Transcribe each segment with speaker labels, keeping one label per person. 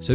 Speaker 1: Se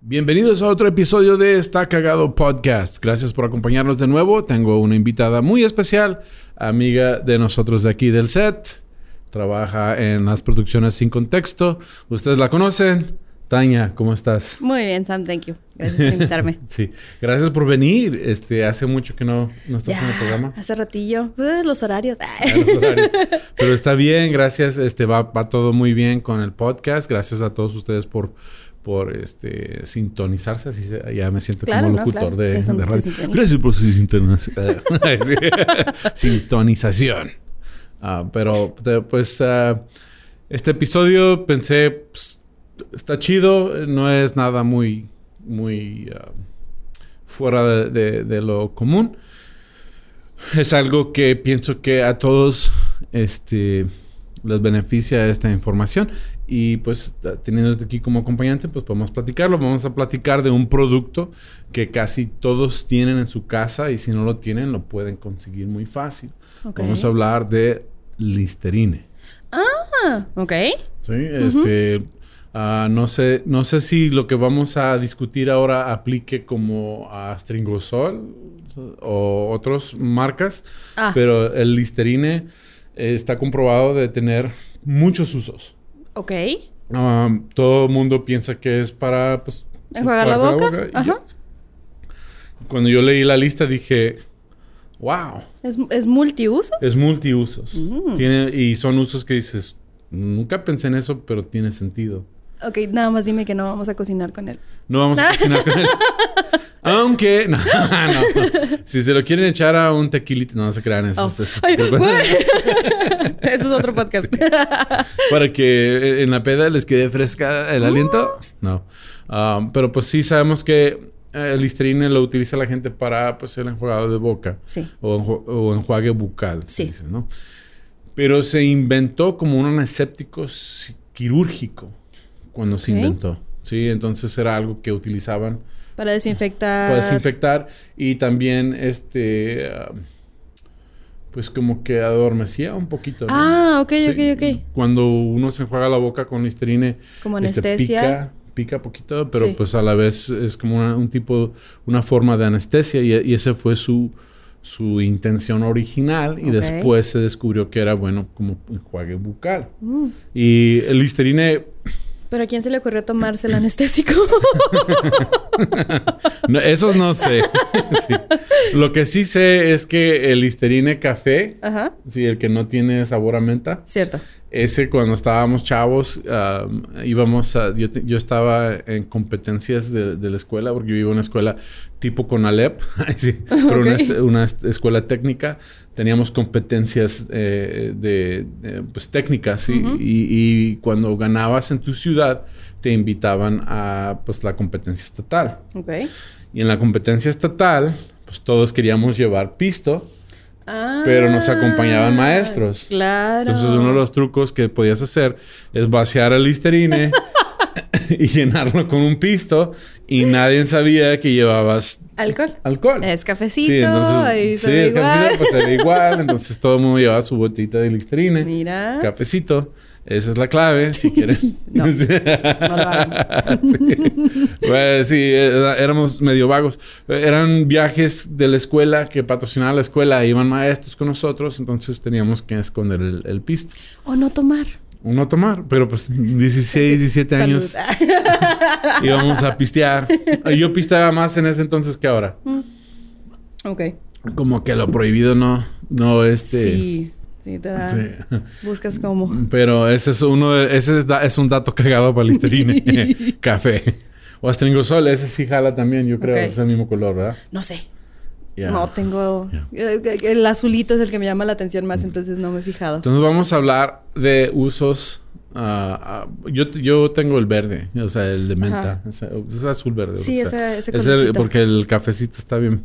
Speaker 1: Bienvenidos a otro episodio de Está Cagado Podcast. Gracias por acompañarnos de nuevo. Tengo una invitada muy especial, amiga de nosotros de aquí del set. Trabaja en las producciones sin contexto. Ustedes la conocen. Tania, ¿cómo estás?
Speaker 2: Muy bien, Sam, thank you. Gracias por invitarme.
Speaker 1: Sí, gracias por venir. Este, hace mucho que no, no estás
Speaker 2: Ya,
Speaker 1: en el programa.
Speaker 2: hace ratillo. Eh, los horarios. Ah.
Speaker 1: a los horarios. Pero está bien, gracias. Este va, va todo muy bien con el podcast. Gracias a todos ustedes por por este sintonizarse. Así se- ya me siento
Speaker 2: Claro,
Speaker 1: como
Speaker 2: no,
Speaker 1: locutor
Speaker 2: claro.
Speaker 1: de,
Speaker 2: Sí, son-
Speaker 1: de radio.
Speaker 2: se sintoniza.
Speaker 1: gracias por su sintonización. sintonización. Ah, pero te- pues ah, este episodio pensé pues, está chido, no es nada muy muy ah, fuera de- de- de lo común es algo que pienso que a todos este, les beneficia esta información. Y pues t- teniéndote aquí como acompañante, pues podemos platicarlo. Vamos a platicar de un producto que casi todos tienen en su casa y si no lo tienen lo pueden conseguir muy fácil.
Speaker 2: Ok.
Speaker 1: Vamos a hablar de Listerine.
Speaker 2: Ah, ok.
Speaker 1: Sí, este, ah, no sé, no sé si lo que vamos a discutir ahora aplique como a Stringosol o otras marcas,
Speaker 2: Ah.
Speaker 1: pero el Listerine eh, está comprobado de tener muchos usos.
Speaker 2: Ok.
Speaker 1: Am, todo el mundo piensa que es para, pues,
Speaker 2: Enjuagar la
Speaker 1: enjuagarse
Speaker 2: boca.
Speaker 1: y
Speaker 2: Ajá.
Speaker 1: ya. Cuando yo leí la lista dije, wow,
Speaker 2: ¿Es, es multiuso?
Speaker 1: es multiusos.
Speaker 2: Mm.
Speaker 1: Tiene, y son usos que dices, nunca pensé en eso, pero tiene sentido.
Speaker 2: Ok, nada más dime que no vamos a cocinar con él.
Speaker 1: No vamos a cocinar con él. Aunque, no, no. Si se lo quieren echar a un tequilito, no se crean eso.
Speaker 2: Oh.
Speaker 1: es- es-
Speaker 2: Ay, güey. Eso es otro podcast.
Speaker 1: para que eh, en la peda les quede fresca el aliento. No. Um, pero pues sí sabemos que eh, el Listerine lo utiliza la gente para pues el enjuagado de boca
Speaker 2: sí.
Speaker 1: o, enju- o enjuague bucal. se
Speaker 2: Sí.
Speaker 1: dice, ¿no? Pero se inventó como un antiséptico si- quirúrgico cuando se
Speaker 2: Ok.
Speaker 1: inventó. Sí, entonces era algo que utilizaban
Speaker 2: Para desinfectar.
Speaker 1: para desinfectar y también este ah, pues como que adormecía un poquito. ¿no?
Speaker 2: Ah, ok,
Speaker 1: Sí,
Speaker 2: ok, ok.
Speaker 1: Cuando uno se enjuaga la boca con listerine,
Speaker 2: Como
Speaker 1: este,
Speaker 2: anestesia.
Speaker 1: pica, pica poquito, pero
Speaker 2: Sí.
Speaker 1: pues a la vez es como una- un tipo, una forma de anestesia y, y esa fue su su intención original y
Speaker 2: Ok.
Speaker 1: después se descubrió que era bueno como enjuague bucal
Speaker 2: Mm.
Speaker 1: y el listerine
Speaker 2: Pero ¿a quién se le ocurrió tomarse el anestésico?
Speaker 1: No, eso no sé. Sí. Lo que sí sé es que el Listerine Café,
Speaker 2: Ajá.
Speaker 1: sí, el que no tiene sabor a menta,
Speaker 2: Cierto.
Speaker 1: ese cuando estábamos chavos, um, íbamos a... Yo, te- yo estaba en competencias de, de la escuela, porque yo iba a una escuela tipo con Alep, sí, pero una,
Speaker 2: Ok.
Speaker 1: est- una est- escuela técnica. Teníamos competencias eh, de, de, pues, técnicas sí,
Speaker 2: Ujú.
Speaker 1: y, y cuando ganabas en tu ciudad, te invitaban a pues, la competencia estatal.
Speaker 2: Ok.
Speaker 1: Y en la competencia estatal, pues todos queríamos llevar pisto.
Speaker 2: Ah,
Speaker 1: Pero nos acompañaban maestros.
Speaker 2: Claro.
Speaker 1: Entonces uno de los trucos que podías hacer es vaciar el listerine y llenarlo con un pisto y nadie sabía que llevabas
Speaker 2: Alcohol.
Speaker 1: alcohol.
Speaker 2: Es cafecito.
Speaker 1: Sí,
Speaker 2: y
Speaker 1: entonces,
Speaker 2: se
Speaker 1: sí,
Speaker 2: ve
Speaker 1: es cafecito,
Speaker 2: igual.
Speaker 1: pues era igual. Entonces todo el mundo llevaba su botita de listerine,
Speaker 2: Mira.
Speaker 1: cafecito. Esa es la clave, si quieren.
Speaker 2: No, no lo hagan.
Speaker 1: sí. Pues, sí, era- éramos medio vagos. Eh, Eran viajes de la escuela que patrocinaba la escuela, iban maestros con nosotros, entonces teníamos que esconder el, el pisto.
Speaker 2: O no tomar.
Speaker 1: O no tomar, pero pues 16, 17
Speaker 2: Salud.
Speaker 1: años íbamos a pistear. Yo pisteaba más en ese entonces que ahora.
Speaker 2: ok.
Speaker 1: Como que lo prohibido no, no este.
Speaker 2: Sí. Sí, te da.
Speaker 1: sí.
Speaker 2: Buscas como.
Speaker 1: Pero ese es uno de- ese es, da- es un dato cagado para Listerine. Café. O astringosol, ese sí jala también, yo creo,
Speaker 2: Ok.
Speaker 1: es el mismo color, ¿verdad?
Speaker 2: No sé.
Speaker 1: Ya.
Speaker 2: No tengo.
Speaker 1: Ya.
Speaker 2: Eh, El azulito es el que me llama la atención más, entonces no me he fijado.
Speaker 1: Entonces vamos a hablar de usos. ah, ah, yo, yo tengo el verde, o sea, el de menta.
Speaker 2: Ajá.
Speaker 1: o sea, es azul verde.
Speaker 2: Sí,
Speaker 1: o sea,
Speaker 2: ese, ese
Speaker 1: es el-
Speaker 2: colorcito.
Speaker 1: porque el cafecito está bien.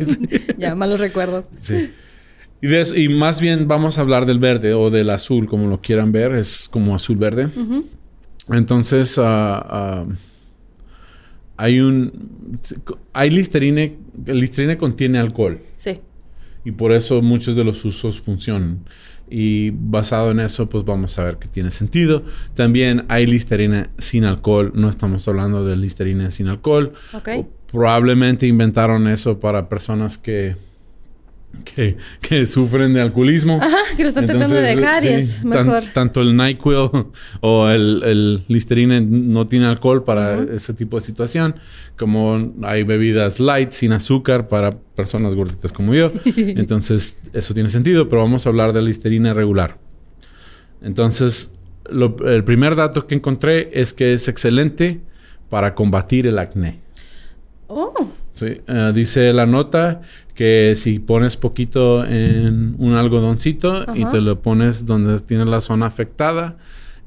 Speaker 1: sí.
Speaker 2: Ya, malos recuerdos.
Speaker 1: Sí. Y, de eso- y más bien vamos a hablar del verde o del azul, como lo quieran ver, es como azul verde.
Speaker 2: Ujú.
Speaker 1: Entonces, ah, ah, hay un... Hay listerine, el listerine contiene alcohol.
Speaker 2: Sí.
Speaker 1: Y por eso muchos de los usos funcionan. Y basado en eso, pues vamos a ver que tiene sentido. También hay listerina sin alcohol. No estamos hablando de listerina sin alcohol.
Speaker 2: Ok.
Speaker 1: Oh. Probablemente inventaron eso para personas que, que, que sufren de alcoholismo.
Speaker 2: Ajá, que lo Ah, están tratando de
Speaker 1: Entonces,
Speaker 2: dejar y
Speaker 1: sí,
Speaker 2: es
Speaker 1: tan-
Speaker 2: mejor.
Speaker 1: tanto el NyQuil o el, el Listerine no tiene alcohol para ese tipo de situación, como hay bebidas light sin azúcar para personas gorditas como yo. Entonces, eso tiene sentido, pero vamos a hablar de Listerine regular. Entonces, lo- el primer dato que encontré es que es excelente para combatir el acné.
Speaker 2: Oh,
Speaker 1: Sí, eh, dice la nota que si pones poquito en un algodoncito y
Speaker 2: Ajá.
Speaker 1: te lo pones donde tiene la zona afectada,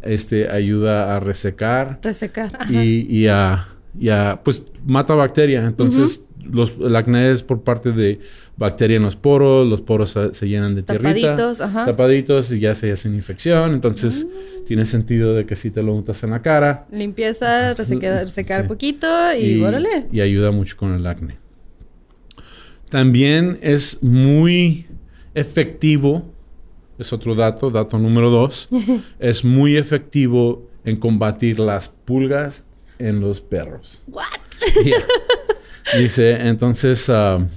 Speaker 1: este ayuda a resecar
Speaker 2: resecar. Ajá.
Speaker 1: y, y a, y a- pues mata bacteria. Entonces, los, el acné es por parte de bacteria en los poros, los poros se, se llenan de tierrita.
Speaker 2: Tapaditos, ajá. Mm.
Speaker 1: Tapaditos y ya se hace una infección. Entonces, tiene sentido de que si te lo untas en la cara
Speaker 2: Limpieza, resequedad- resecar
Speaker 1: Sí.
Speaker 2: poquito y, órale.
Speaker 1: y ayuda mucho con el acné. También es muy efectivo, es otro dato, dato número dos, es muy efectivo en combatir las pulgas en los perros.
Speaker 2: What?
Speaker 1: Yeah. Dice, entonces, ah,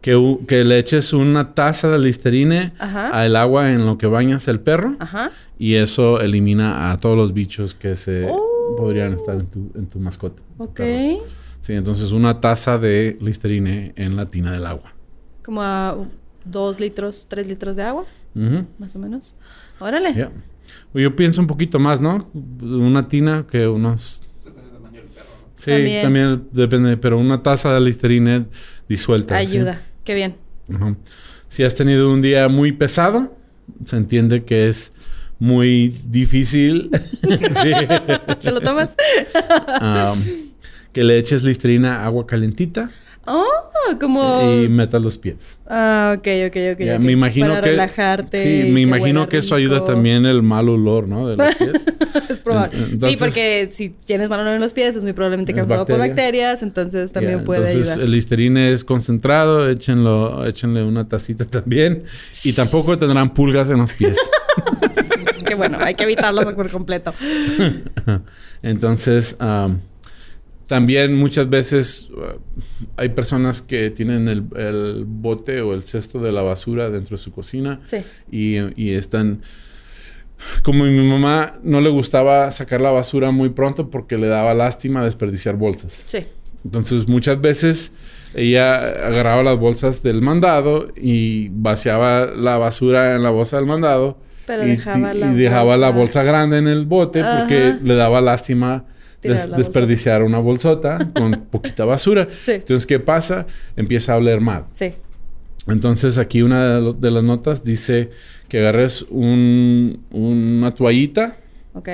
Speaker 1: que, u- que le eches una taza de listerine
Speaker 2: Ajá.
Speaker 1: al agua en lo que bañas el perro.
Speaker 2: Ajá.
Speaker 1: Y eso elimina a todos los bichos que se
Speaker 2: Oh.
Speaker 1: podrían estar en tu, en tu mascota.
Speaker 2: Ok.
Speaker 1: perro. Sí, entonces una taza de Listerine en la tina del agua.
Speaker 2: Como a dos litros, tres litros de agua,
Speaker 1: Ujú,
Speaker 2: más o menos. Órale.
Speaker 1: ya. Yo pienso un poquito más, ¿no? Una tina que unos... Sí,
Speaker 2: También.
Speaker 1: también. depende, pero una taza de Listerine disuelta. ¿sí?
Speaker 2: Ayuda. Qué bien.
Speaker 1: Ajá. Si has tenido un día muy pesado, se entiende que es muy difícil. sí.
Speaker 2: ¿Te lo tomas?
Speaker 1: Am, que le eches listerina a agua calentita
Speaker 2: Oh, como.
Speaker 1: y metas los pies.
Speaker 2: Ah, ok, ok, ok.
Speaker 1: Ya,
Speaker 2: ok.
Speaker 1: Me imagino
Speaker 2: Para
Speaker 1: que
Speaker 2: relajarte.
Speaker 1: Sí, me
Speaker 2: que
Speaker 1: imagino
Speaker 2: huela
Speaker 1: que eso
Speaker 2: rico.
Speaker 1: ayuda también el mal olor, ¿no? De los pies.
Speaker 2: es probable.
Speaker 1: En-
Speaker 2: sí,
Speaker 1: entonces-
Speaker 2: porque si tienes mal olor en los pies, es muy probablemente
Speaker 1: Es
Speaker 2: causado por
Speaker 1: bacteria.
Speaker 2: bacterias, entonces también
Speaker 1: Ya,
Speaker 2: puede
Speaker 1: entonces,
Speaker 2: ayudar.
Speaker 1: el listerine es concentrado, échenlo, échenle una tacita también y tampoco tendrán pulgas en los pies.
Speaker 2: que bueno, hay que evitarlos por completo.
Speaker 1: Entonces, am, también muchas veces uh, hay personas que tienen el, el bote o el cesto de la basura dentro de su cocina
Speaker 2: Sí.
Speaker 1: y, y están... Como mi mamá no le gustaba sacar la basura muy pronto porque le daba lástima desperdiciar bolsas.
Speaker 2: Sí.
Speaker 1: Entonces muchas veces ella agarraba las bolsas del mandado y vaciaba la basura en la bolsa del mandado
Speaker 2: Pero
Speaker 1: y,
Speaker 2: dejaba
Speaker 1: ti-
Speaker 2: la
Speaker 1: y dejaba la
Speaker 2: bolsa.
Speaker 1: bolsa grande en el bote porque
Speaker 2: Ajá.
Speaker 1: le daba lástima
Speaker 2: Tirar
Speaker 1: des-
Speaker 2: la bolsa.
Speaker 1: desperdiciar una bolsota con poquita basura.
Speaker 2: Sí.
Speaker 1: Entonces, ¿qué pasa? Empieza a oler mal.
Speaker 2: Sí.
Speaker 1: Entonces aquí una de lo- de las notas dice que agarres un- una toallita
Speaker 2: Ok.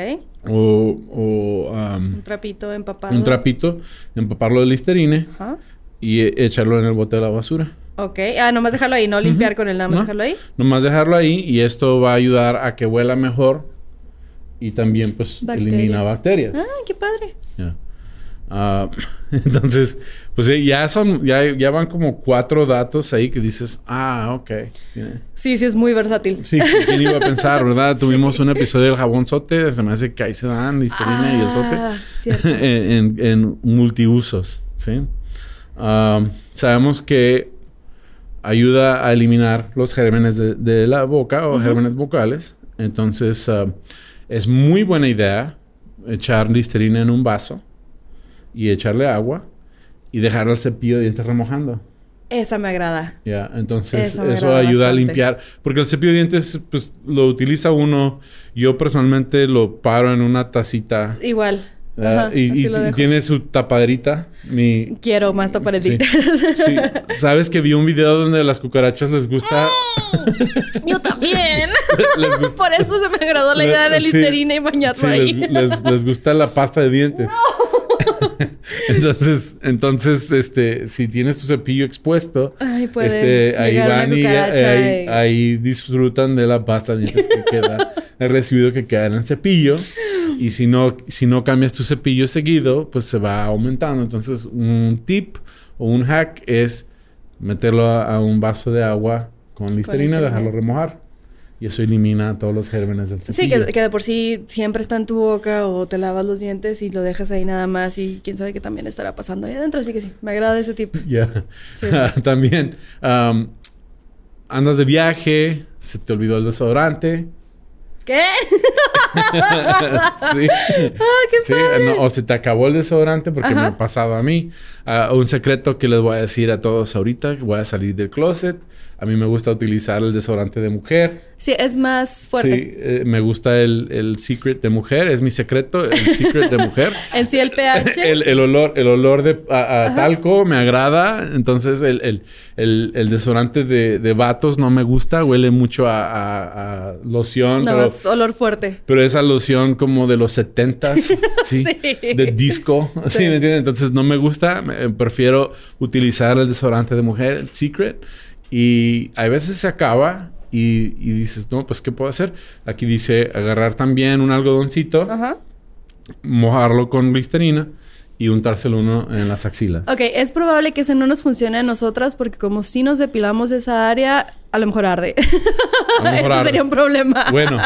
Speaker 1: o, o, um,
Speaker 2: Un trapito empapado.
Speaker 1: Mm. un trapito, empaparlo de listerine
Speaker 2: Ajá.
Speaker 1: y e- echarlo en el bote de la basura.
Speaker 2: Ok. Ah, nomás dejarlo ahí, no limpiar con él, nada más
Speaker 1: No.
Speaker 2: dejarlo ahí.
Speaker 1: Nomás dejarlo ahí y esto va a ayudar a que huela mejor y también pues
Speaker 2: Bacterias.
Speaker 1: elimina bacterias. Ah.
Speaker 2: Ay, qué padre.
Speaker 1: Ya. Ah, entonces, pues eh, ya son, ya, ya van como cuatro datos ahí que dices, ah, ok. tiene-
Speaker 2: Sí, sí, es muy versátil.
Speaker 1: Sí, ¿quién iba a pensar, verdad? Tuvimos un episodio del jabón sote, se me hace que ahí se dan listerina y el sote.
Speaker 2: Ah, cierto.
Speaker 1: en, en- en multiusos, ¿sí? Am, sabemos que ayuda a eliminar los gérmenes de, de la boca o gérmenes bucales. Entonces, am, es muy buena idea echar listerina en un vaso y echarle agua y dejar el cepillo de dientes remojando.
Speaker 2: Esa me agrada.
Speaker 1: Ya, entonces
Speaker 2: Eso
Speaker 1: eso,
Speaker 2: me agrada
Speaker 1: ayuda a
Speaker 2: bastante.
Speaker 1: limpiar. Porque el cepillo de dientes, pues lo utiliza uno. Yo personalmente lo paro en una tacita.
Speaker 2: Igual.
Speaker 1: Ah,
Speaker 2: Ajá,
Speaker 1: y
Speaker 2: así
Speaker 1: y-
Speaker 2: lo
Speaker 1: y
Speaker 2: dejo.
Speaker 1: tiene su tapaderita. Mi...
Speaker 2: Quiero más taparetitas.
Speaker 1: Sí. ¿Sabes que vi un video donde las cucarachas les gusta?
Speaker 2: Yo también.
Speaker 1: les gusta
Speaker 2: Por eso se me agradó la idea de
Speaker 1: Sí.
Speaker 2: listerina y bañarlo
Speaker 1: sí,
Speaker 2: ahí.
Speaker 1: les, les- les gusta la pasta de dientes. Entonces, entonces, este, si tienes tu cepillo expuesto,
Speaker 2: Ay, puede
Speaker 1: este, ahí
Speaker 2: llegar una
Speaker 1: van y eh,
Speaker 2: cucaracha
Speaker 1: ahí,
Speaker 2: y-
Speaker 1: ahí disfrutan de la pasta mientras que queda el residuo que queda en el cepillo. Y si no, si no cambias tu cepillo seguido, pues se va aumentando. Entonces, un tip o un hack es meterlo a, a un vaso de agua con listerina,
Speaker 2: listerina.
Speaker 1: dejarlo remojar. Y eso elimina todos los gérmenes del
Speaker 2: Sí,
Speaker 1: cepillo.
Speaker 2: que, que de por sí siempre está en tu boca o te lavas los dientes y lo dejas ahí nada más y quién sabe qué también estará pasando ahí adentro. Así que sí, me agrada ese tipo.
Speaker 1: Ya.
Speaker 2: Sí.
Speaker 1: También. am, andas de viaje, se te olvidó el desodorante.
Speaker 2: ¿Qué?
Speaker 1: sí.
Speaker 2: ¡Ah, qué
Speaker 1: Sí, eh,
Speaker 2: padre!
Speaker 1: no, o se te acabó el desodorante porque me
Speaker 2: Ajá.
Speaker 1: ha pasado a mí. Ah, un secreto que les voy a decir a todos ahorita, que voy a salir del closet. A mí me gusta utilizar el desodorante de mujer.
Speaker 2: Sí, es más fuerte.
Speaker 1: Sí, eh, me gusta el, el secret de mujer, es mi secreto, el secret de mujer.
Speaker 2: En sí, el pH.
Speaker 1: El, el olor, el olor de a, a talco me agrada. Entonces, el, el, el, el desodorante de, de vatos no me gusta. Huele mucho a, a- a loción.
Speaker 2: no,
Speaker 1: pero,
Speaker 2: es olor fuerte.
Speaker 1: pero esa loción como de los setentas. ¿sí?
Speaker 2: Sí.
Speaker 1: De disco. ¿sí?
Speaker 2: Sí.
Speaker 1: ¿Me entiendes? Entonces, no me gusta. Me- eh, prefiero utilizar el desodorante de mujer, el Secret. Y a veces se acaba. Y, y dices, no, pues, ¿qué puedo hacer? Aquí dice agarrar también un algodoncito
Speaker 2: Ajá.
Speaker 1: mojarlo con glisterina y untárselo uno en las axilas.
Speaker 2: Ok, es probable que ese no nos funcione a nosotras porque como si nos depilamos esa área, a lo mejor arde.
Speaker 1: A lo mejor
Speaker 2: Ese
Speaker 1: arde.
Speaker 2: sería un problema.
Speaker 1: Bueno,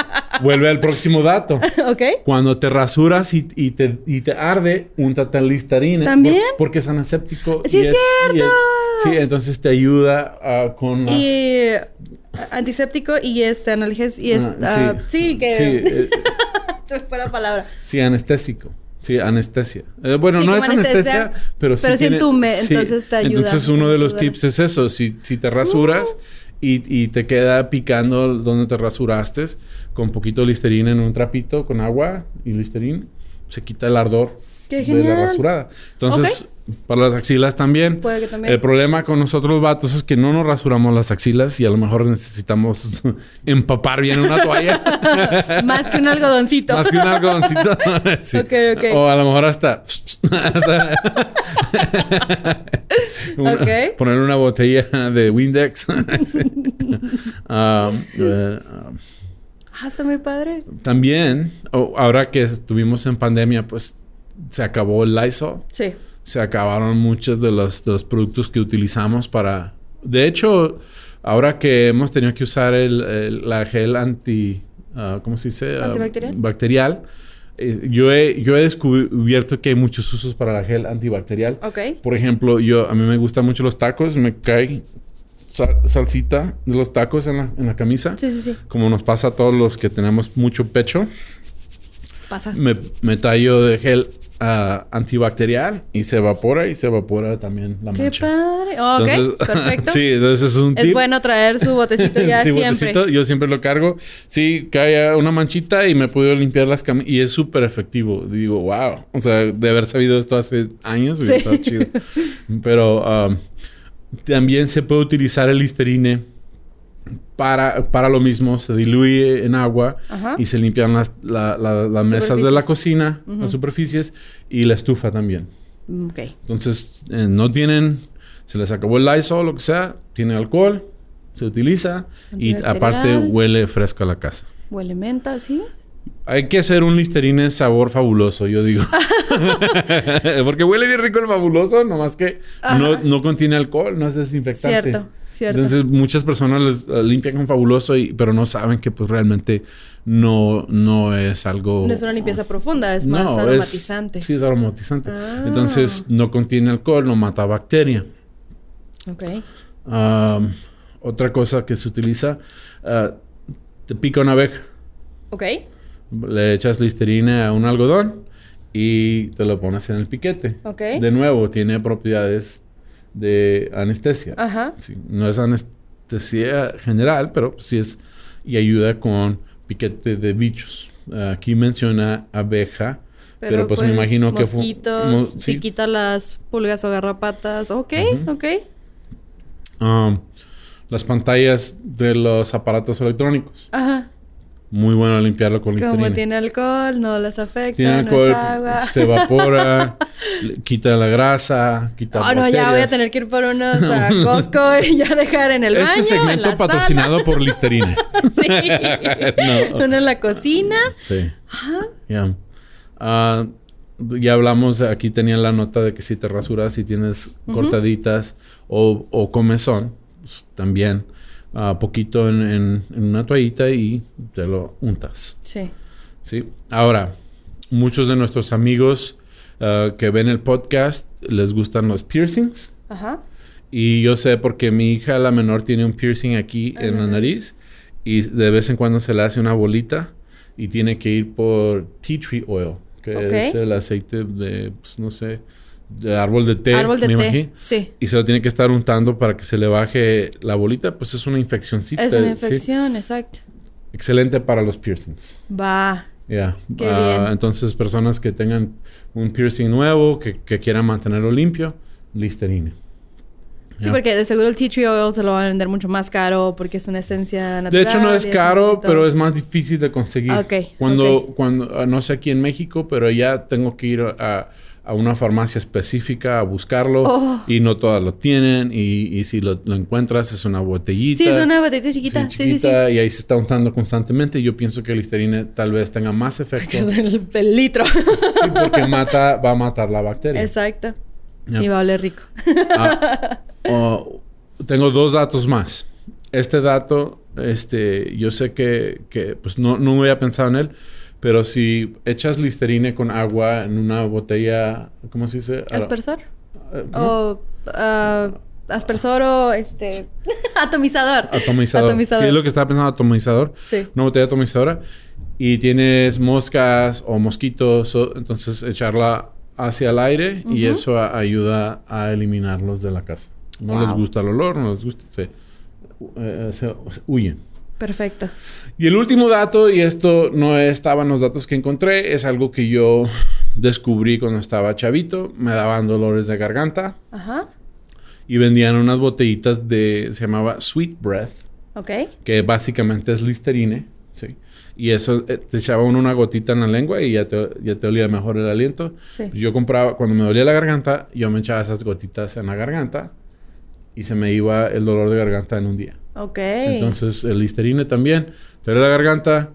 Speaker 1: vuelve al próximo dato.
Speaker 2: ¿Ok?
Speaker 1: Cuando te rasuras y, y te, y te arde, úntate en listerina.
Speaker 2: ¿También?
Speaker 1: Por- porque es antiséptico.
Speaker 2: ¡Sí,
Speaker 1: y
Speaker 2: es
Speaker 1: y
Speaker 2: cierto!
Speaker 1: sí, entonces te ayuda ah, con... las-
Speaker 2: Y eh, antiséptico y este analgés y este...
Speaker 1: Ah,
Speaker 2: ah, sí. que...
Speaker 1: Sí, eh,
Speaker 2: se me fue la palabra.
Speaker 1: sí, anestésico. Sí, anestesia. Eh, bueno,
Speaker 2: Sí,
Speaker 1: no
Speaker 2: como
Speaker 1: es anestesia,
Speaker 2: anestesia,
Speaker 1: pero sí.
Speaker 2: pero sí
Speaker 1: tiene-
Speaker 2: entume, entonces te ayuda.
Speaker 1: Entonces, uno de los
Speaker 2: Ayuda.
Speaker 1: tips es eso: si, si te rasuras
Speaker 2: Uh-huh.
Speaker 1: y, y te queda picando donde te rasuraste, con poquito listerina en un trapito, con agua y listerina, se quita el ardor
Speaker 2: ¡Qué
Speaker 1: de la
Speaker 2: genial! Pues,
Speaker 1: rasurada. Entonces, para las axilas también.
Speaker 2: Puede que también.
Speaker 1: El problema con nosotros los vatos es que no nos rasuramos las axilas y a lo mejor necesitamos empapar bien una toalla.
Speaker 2: Más que un algodoncito.
Speaker 1: Más que un algodoncito. Sí.
Speaker 2: Ok, ok.
Speaker 1: O a lo mejor hasta. hasta- una-
Speaker 2: Ok.
Speaker 1: Poner una botella de Windex. Sí. Um, eh, um,
Speaker 2: Ah, está muy padre.
Speaker 1: también, oh, ahora que estuvimos en pandemia, pues se acabó el Lysol.
Speaker 2: Sí.
Speaker 1: Se acabaron muchos de los, de los productos que utilizamos para. De hecho, ahora que hemos tenido que usar el, el- la gel anti. ah, ¿Cómo se dice? Ah,
Speaker 2: ¿Antibacterial?
Speaker 1: bacterial, eh, yo, he, yo he descubierto que hay muchos usos para la gel antibacterial.
Speaker 2: Ok.
Speaker 1: Por ejemplo, yo a mí me gustan mucho los tacos. Me cae sal- salsita de los tacos en la, en la camisa.
Speaker 2: Sí, sí, sí.
Speaker 1: Como nos pasa a todos los que tenemos mucho pecho
Speaker 2: Pasa.
Speaker 1: me, me tallo de gel ah, antibacterial y se evapora y se evapora también la
Speaker 2: ¡Qué
Speaker 1: mancha.
Speaker 2: padre! Oh, Ok,
Speaker 1: Entonces-
Speaker 2: perfecto.
Speaker 1: sí, entonces es un
Speaker 2: Es
Speaker 1: tip.
Speaker 2: bueno traer su botecito ya
Speaker 1: Sí,
Speaker 2: siempre.
Speaker 1: botecito, yo siempre lo cargo. Sí, cae una manchita y me he podido limpiar las camisas. Y es súper efectivo. Digo, wow. O sea, de haber sabido esto hace años, hubiera
Speaker 2: Sí.
Speaker 1: estado chido. Pero ah, también se puede utilizar el listerine para, para lo mismo. Se diluye en agua
Speaker 2: Ajá.
Speaker 1: y se limpian las, la- la- las mesas de la
Speaker 2: Superficies.
Speaker 1: cocina,
Speaker 2: Ujú.
Speaker 1: las superficies y la estufa también.
Speaker 2: Mm, Ok.
Speaker 1: Entonces, eh, no tienen, se les acabó el Lysol, lo que sea, tiene alcohol, se utiliza y
Speaker 2: Antibacterial.
Speaker 1: aparte huele fresco a la casa.
Speaker 2: Huele menta, ¿sí?
Speaker 1: Hay que hacer un Listerine sabor fabuloso, yo digo. Porque huele bien rico el fabuloso, nomás que no,
Speaker 2: Ajá.
Speaker 1: no contiene alcohol, no es desinfectante.
Speaker 2: Cierto, cierto.
Speaker 1: Entonces muchas personas les eh, limpian con fabuloso, y, pero no saben que pues realmente no, no es algo...
Speaker 2: no es una limpieza profunda, es más
Speaker 1: No,
Speaker 2: aromatizante.
Speaker 1: sí, es aromatizante.
Speaker 2: Ah.
Speaker 1: Entonces no contiene alcohol, no mata bacteria.
Speaker 2: Ok.
Speaker 1: Am, otra cosa que se utiliza, ah, te pica una abeja,
Speaker 2: Ok.
Speaker 1: le echas listerina a un algodón y te lo pones en el piquete.
Speaker 2: Ok.
Speaker 1: De nuevo, tiene propiedades de anestesia.
Speaker 2: Ajá.
Speaker 1: Sí, no es anestesia general, pero sí es y ayuda con piquete de bichos. Aquí menciona abeja, pero, pues, me imagino que fue
Speaker 2: mosquitos,
Speaker 1: mo-
Speaker 2: si
Speaker 1: sí.
Speaker 2: quita las pulgas o garrapatas. Ok,
Speaker 1: Ujú.
Speaker 2: ok.
Speaker 1: Um, las pantallas de los aparatos electrónicos.
Speaker 2: Ajá.
Speaker 1: muy bueno limpiarlo con
Speaker 2: Como
Speaker 1: Listerine.
Speaker 2: tiene alcohol, no las afecta,
Speaker 1: Tiene
Speaker 2: no
Speaker 1: alcohol,
Speaker 2: es agua.
Speaker 1: se evapora, le- quita la grasa, quita
Speaker 2: Oh, no, ya voy a
Speaker 1: bacterias.
Speaker 2: tener que ir por unos a Costco y ya dejar en el
Speaker 1: Este
Speaker 2: baño.
Speaker 1: segmento
Speaker 2: en la
Speaker 1: patrocinado por Listerine.
Speaker 2: Sala. Sí.
Speaker 1: No.
Speaker 2: Uno en la cocina.
Speaker 1: Sí.
Speaker 2: Ajá.
Speaker 1: Ya. Ah, ya hablamos, aquí tenía la nota de que si te rasuras, si tienes cortaditas o, o comezón, pues, también ah, poquito en, en- en una toallita y te lo untas.
Speaker 2: Sí.
Speaker 1: ¿sí? Ahora, muchos de nuestros amigos ah, que ven el podcast les gustan los piercings.
Speaker 2: Ajá.
Speaker 1: Y yo sé porque mi hija, la menor, tiene un piercing aquí
Speaker 2: En
Speaker 1: en la
Speaker 2: la
Speaker 1: nariz. Y de vez en cuando se le hace una bolita. Y tiene que ir por tea tree oil. Que
Speaker 2: Ok.
Speaker 1: es el aceite de, pues, no sé, de árbol de té.
Speaker 2: Árbol de
Speaker 1: me
Speaker 2: té.
Speaker 1: imagino.
Speaker 2: Sí.
Speaker 1: Y se lo tiene que estar untando para que se le baje la bolita. Pues es una infeccioncita.
Speaker 2: Es una
Speaker 1: ¿sí?
Speaker 2: infección, exacto.
Speaker 1: Excelente para los piercings.
Speaker 2: Va.
Speaker 1: Ya.
Speaker 2: Qué
Speaker 1: Ah,
Speaker 2: bien.
Speaker 1: Entonces, personas que tengan un piercing nuevo, que, que quieran mantenerlo limpio, Listerine.
Speaker 2: Sí,
Speaker 1: Ya.
Speaker 2: porque de seguro el tea tree oil se lo van a vender mucho más caro porque es una esencia natural.
Speaker 1: De hecho, no es
Speaker 2: y
Speaker 1: caro,
Speaker 2: un poquito-
Speaker 1: pero es más difícil de conseguir.
Speaker 2: Ah, ok,
Speaker 1: Cuando,
Speaker 2: ok.
Speaker 1: cuando ah, no sé aquí en México, pero ya tengo que ir a, a una farmacia específica a buscarlo
Speaker 2: Oh.
Speaker 1: y no todas lo tienen. Y, y si lo, lo encuentras, es una botellita.
Speaker 2: Sí, es una botella
Speaker 1: sí,
Speaker 2: chiquita. Sí, sí, sí.
Speaker 1: chiquita, Y ahí se está untando constantemente. Yo pienso que el Listerine tal vez tenga más efecto.
Speaker 2: Que es el, el litro.
Speaker 1: sí, porque mata, va a matar la bacteria.
Speaker 2: Exacto.
Speaker 1: Ya.
Speaker 2: Y va a oler rico.
Speaker 1: Ah, oh, tengo dos datos más. Este dato, este, yo sé que, que, pues no, no había pensado en él, pero si echas listerine con agua en una botella, ¿cómo se dice? Ah,
Speaker 2: ¿Aspersor?
Speaker 1: ah, ¿cómo?
Speaker 2: O ah, aspersor o este atomizador.
Speaker 1: Atomizador. Sí, es lo que estaba pensando, atomizador.
Speaker 2: Sí.
Speaker 1: Una botella atomizadora. Y tienes moscas o mosquitos, o- entonces echarla hacia el aire y
Speaker 2: Ujú.
Speaker 1: eso a- ayuda a eliminarlos de la casa. No les
Speaker 2: Wow.
Speaker 1: gusta el olor, no les gusta, se, hu- eh, se- se huyen.
Speaker 2: Perfecto.
Speaker 1: Y el último dato, y esto no estaba en los datos que encontré, es algo que yo descubrí cuando estaba chavito. Me daban dolores de garganta
Speaker 2: Ajá.
Speaker 1: y vendían unas botellitas de, se llamaba Sweet Breath,
Speaker 2: Ok.
Speaker 1: que básicamente es Listerine, ¿sí? Y eso eh, te echaba uno una gotita en la lengua y ya te, ya te olía mejor el aliento.
Speaker 2: Sí.
Speaker 1: Yo compraba, cuando me dolía la garganta, yo me echaba esas gotitas en la garganta y se me iba el dolor de garganta en un día.
Speaker 2: Ok.
Speaker 1: Entonces, el listerine también. Te duele la garganta,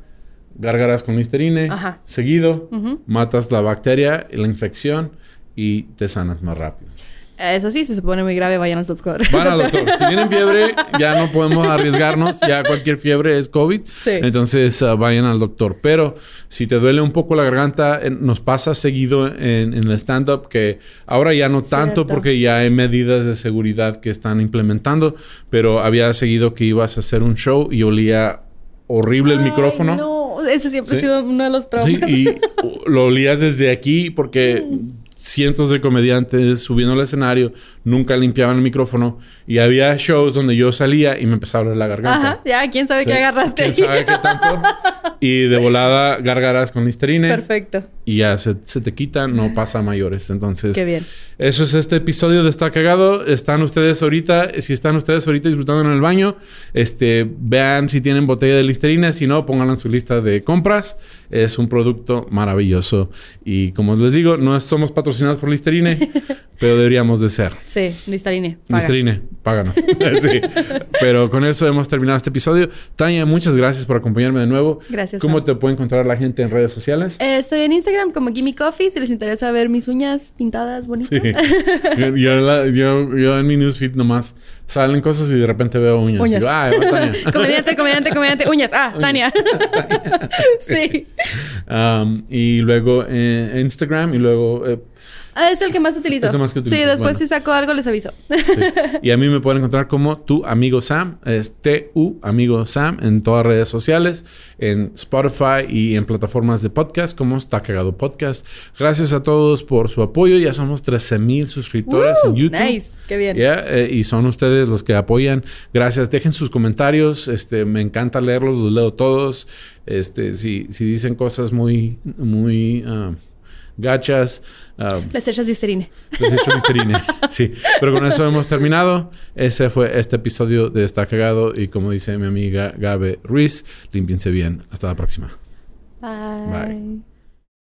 Speaker 1: gargaras con listerine.
Speaker 2: Ajá.
Speaker 1: Seguido,
Speaker 2: Ujú.
Speaker 1: matas la bacteria, la infección y te sanas más rápido.
Speaker 2: Eso sí, si se pone muy grave, vayan al doctor.
Speaker 1: Van al doctor. Si tienen fiebre, ya no podemos arriesgarnos. Ya cualquier fiebre es COVID.
Speaker 2: Sí.
Speaker 1: Entonces, ah, vayan al doctor. Pero si te duele un poco la garganta, en- nos pasa seguido en, en el stand-up que ahora ya no tanto
Speaker 2: Cierto.
Speaker 1: porque ya hay medidas de seguridad que están implementando. Pero había seguido que ibas a hacer un show y olía horrible el
Speaker 2: Ay,
Speaker 1: micrófono.
Speaker 2: No, ese siempre ha
Speaker 1: Sí.
Speaker 2: sido uno de los traumas.
Speaker 1: Sí, y uh, lo olías desde aquí porque cientos de comediantes subiendo al escenario nunca limpiaban el micrófono y había shows donde yo salía y me empezaba a oler la garganta.
Speaker 2: Ajá. Ya, quién sabe
Speaker 1: Sí.
Speaker 2: qué agarraste
Speaker 1: ¿Quién
Speaker 2: ahí?
Speaker 1: sabe qué tanto? Y de volada gargaras con listerine
Speaker 2: Perfecto.
Speaker 1: y ya se, se te quita, no pasa a mayores. Entonces,
Speaker 2: Qué bien.
Speaker 1: eso es este episodio de Está Cagado. Están ustedes ahorita, si están ustedes ahorita disfrutando en el baño, este, vean si tienen botella de listerina. Si no, pónganla en su lista de compras. Es un producto maravilloso. Y como les digo, no somos patrocinados por Listerine, pero deberíamos de ser.
Speaker 2: Sí, Listerine. paga.
Speaker 1: Listerine, páganos. Sí. Pero con eso hemos terminado este episodio. Tania, muchas gracias por acompañarme de nuevo.
Speaker 2: Gracias,
Speaker 1: ¿Cómo
Speaker 2: Sam.
Speaker 1: te puede encontrar la gente en redes sociales?
Speaker 2: Eh, estoy en Instagram como Gimme Coffee. Si les interesa ver mis uñas pintadas, bonitas.
Speaker 1: Sí. Yo, yo la- yo- yo en mi newsfeed nomás salen cosas y de repente veo uñas.
Speaker 2: Uñas.
Speaker 1: Digo, "Ah, "Ay, va Tania".
Speaker 2: comediante, comediante, comediante. Uñas. Ah, Tania. sí.
Speaker 1: Um, y luego eh, Instagram y luego... eh,
Speaker 2: Ah, es el que más utilizo.
Speaker 1: Es el más que utilizas,
Speaker 2: Sí, después
Speaker 1: bueno.
Speaker 2: si saco algo les aviso.
Speaker 1: sí. Y a mí me pueden encontrar como tu amigo Sam. Es TU amigo Sam en todas redes sociales, en Spotify y en plataformas de podcast como Está Cagado Podcast. Gracias a todos por su apoyo. Ya somos 13 mil suscriptores en
Speaker 2: Uh,
Speaker 1: YouTube.
Speaker 2: Nice. Qué bien.
Speaker 1: Ya, eh, y son ustedes los que apoyan. Gracias. Dejen sus comentarios. Este, me encanta leerlos, los leo todos. Este, si, si dicen cosas muy, muy ah, gachas. ah,
Speaker 3: Les echas listerine.
Speaker 1: les echo Listerine. Sí, pero con eso hemos terminado. Ese fue este episodio de Está Cagado. Y como dice mi amiga Gabe Ruiz, límpiense bien. Hasta la próxima.
Speaker 3: Bye.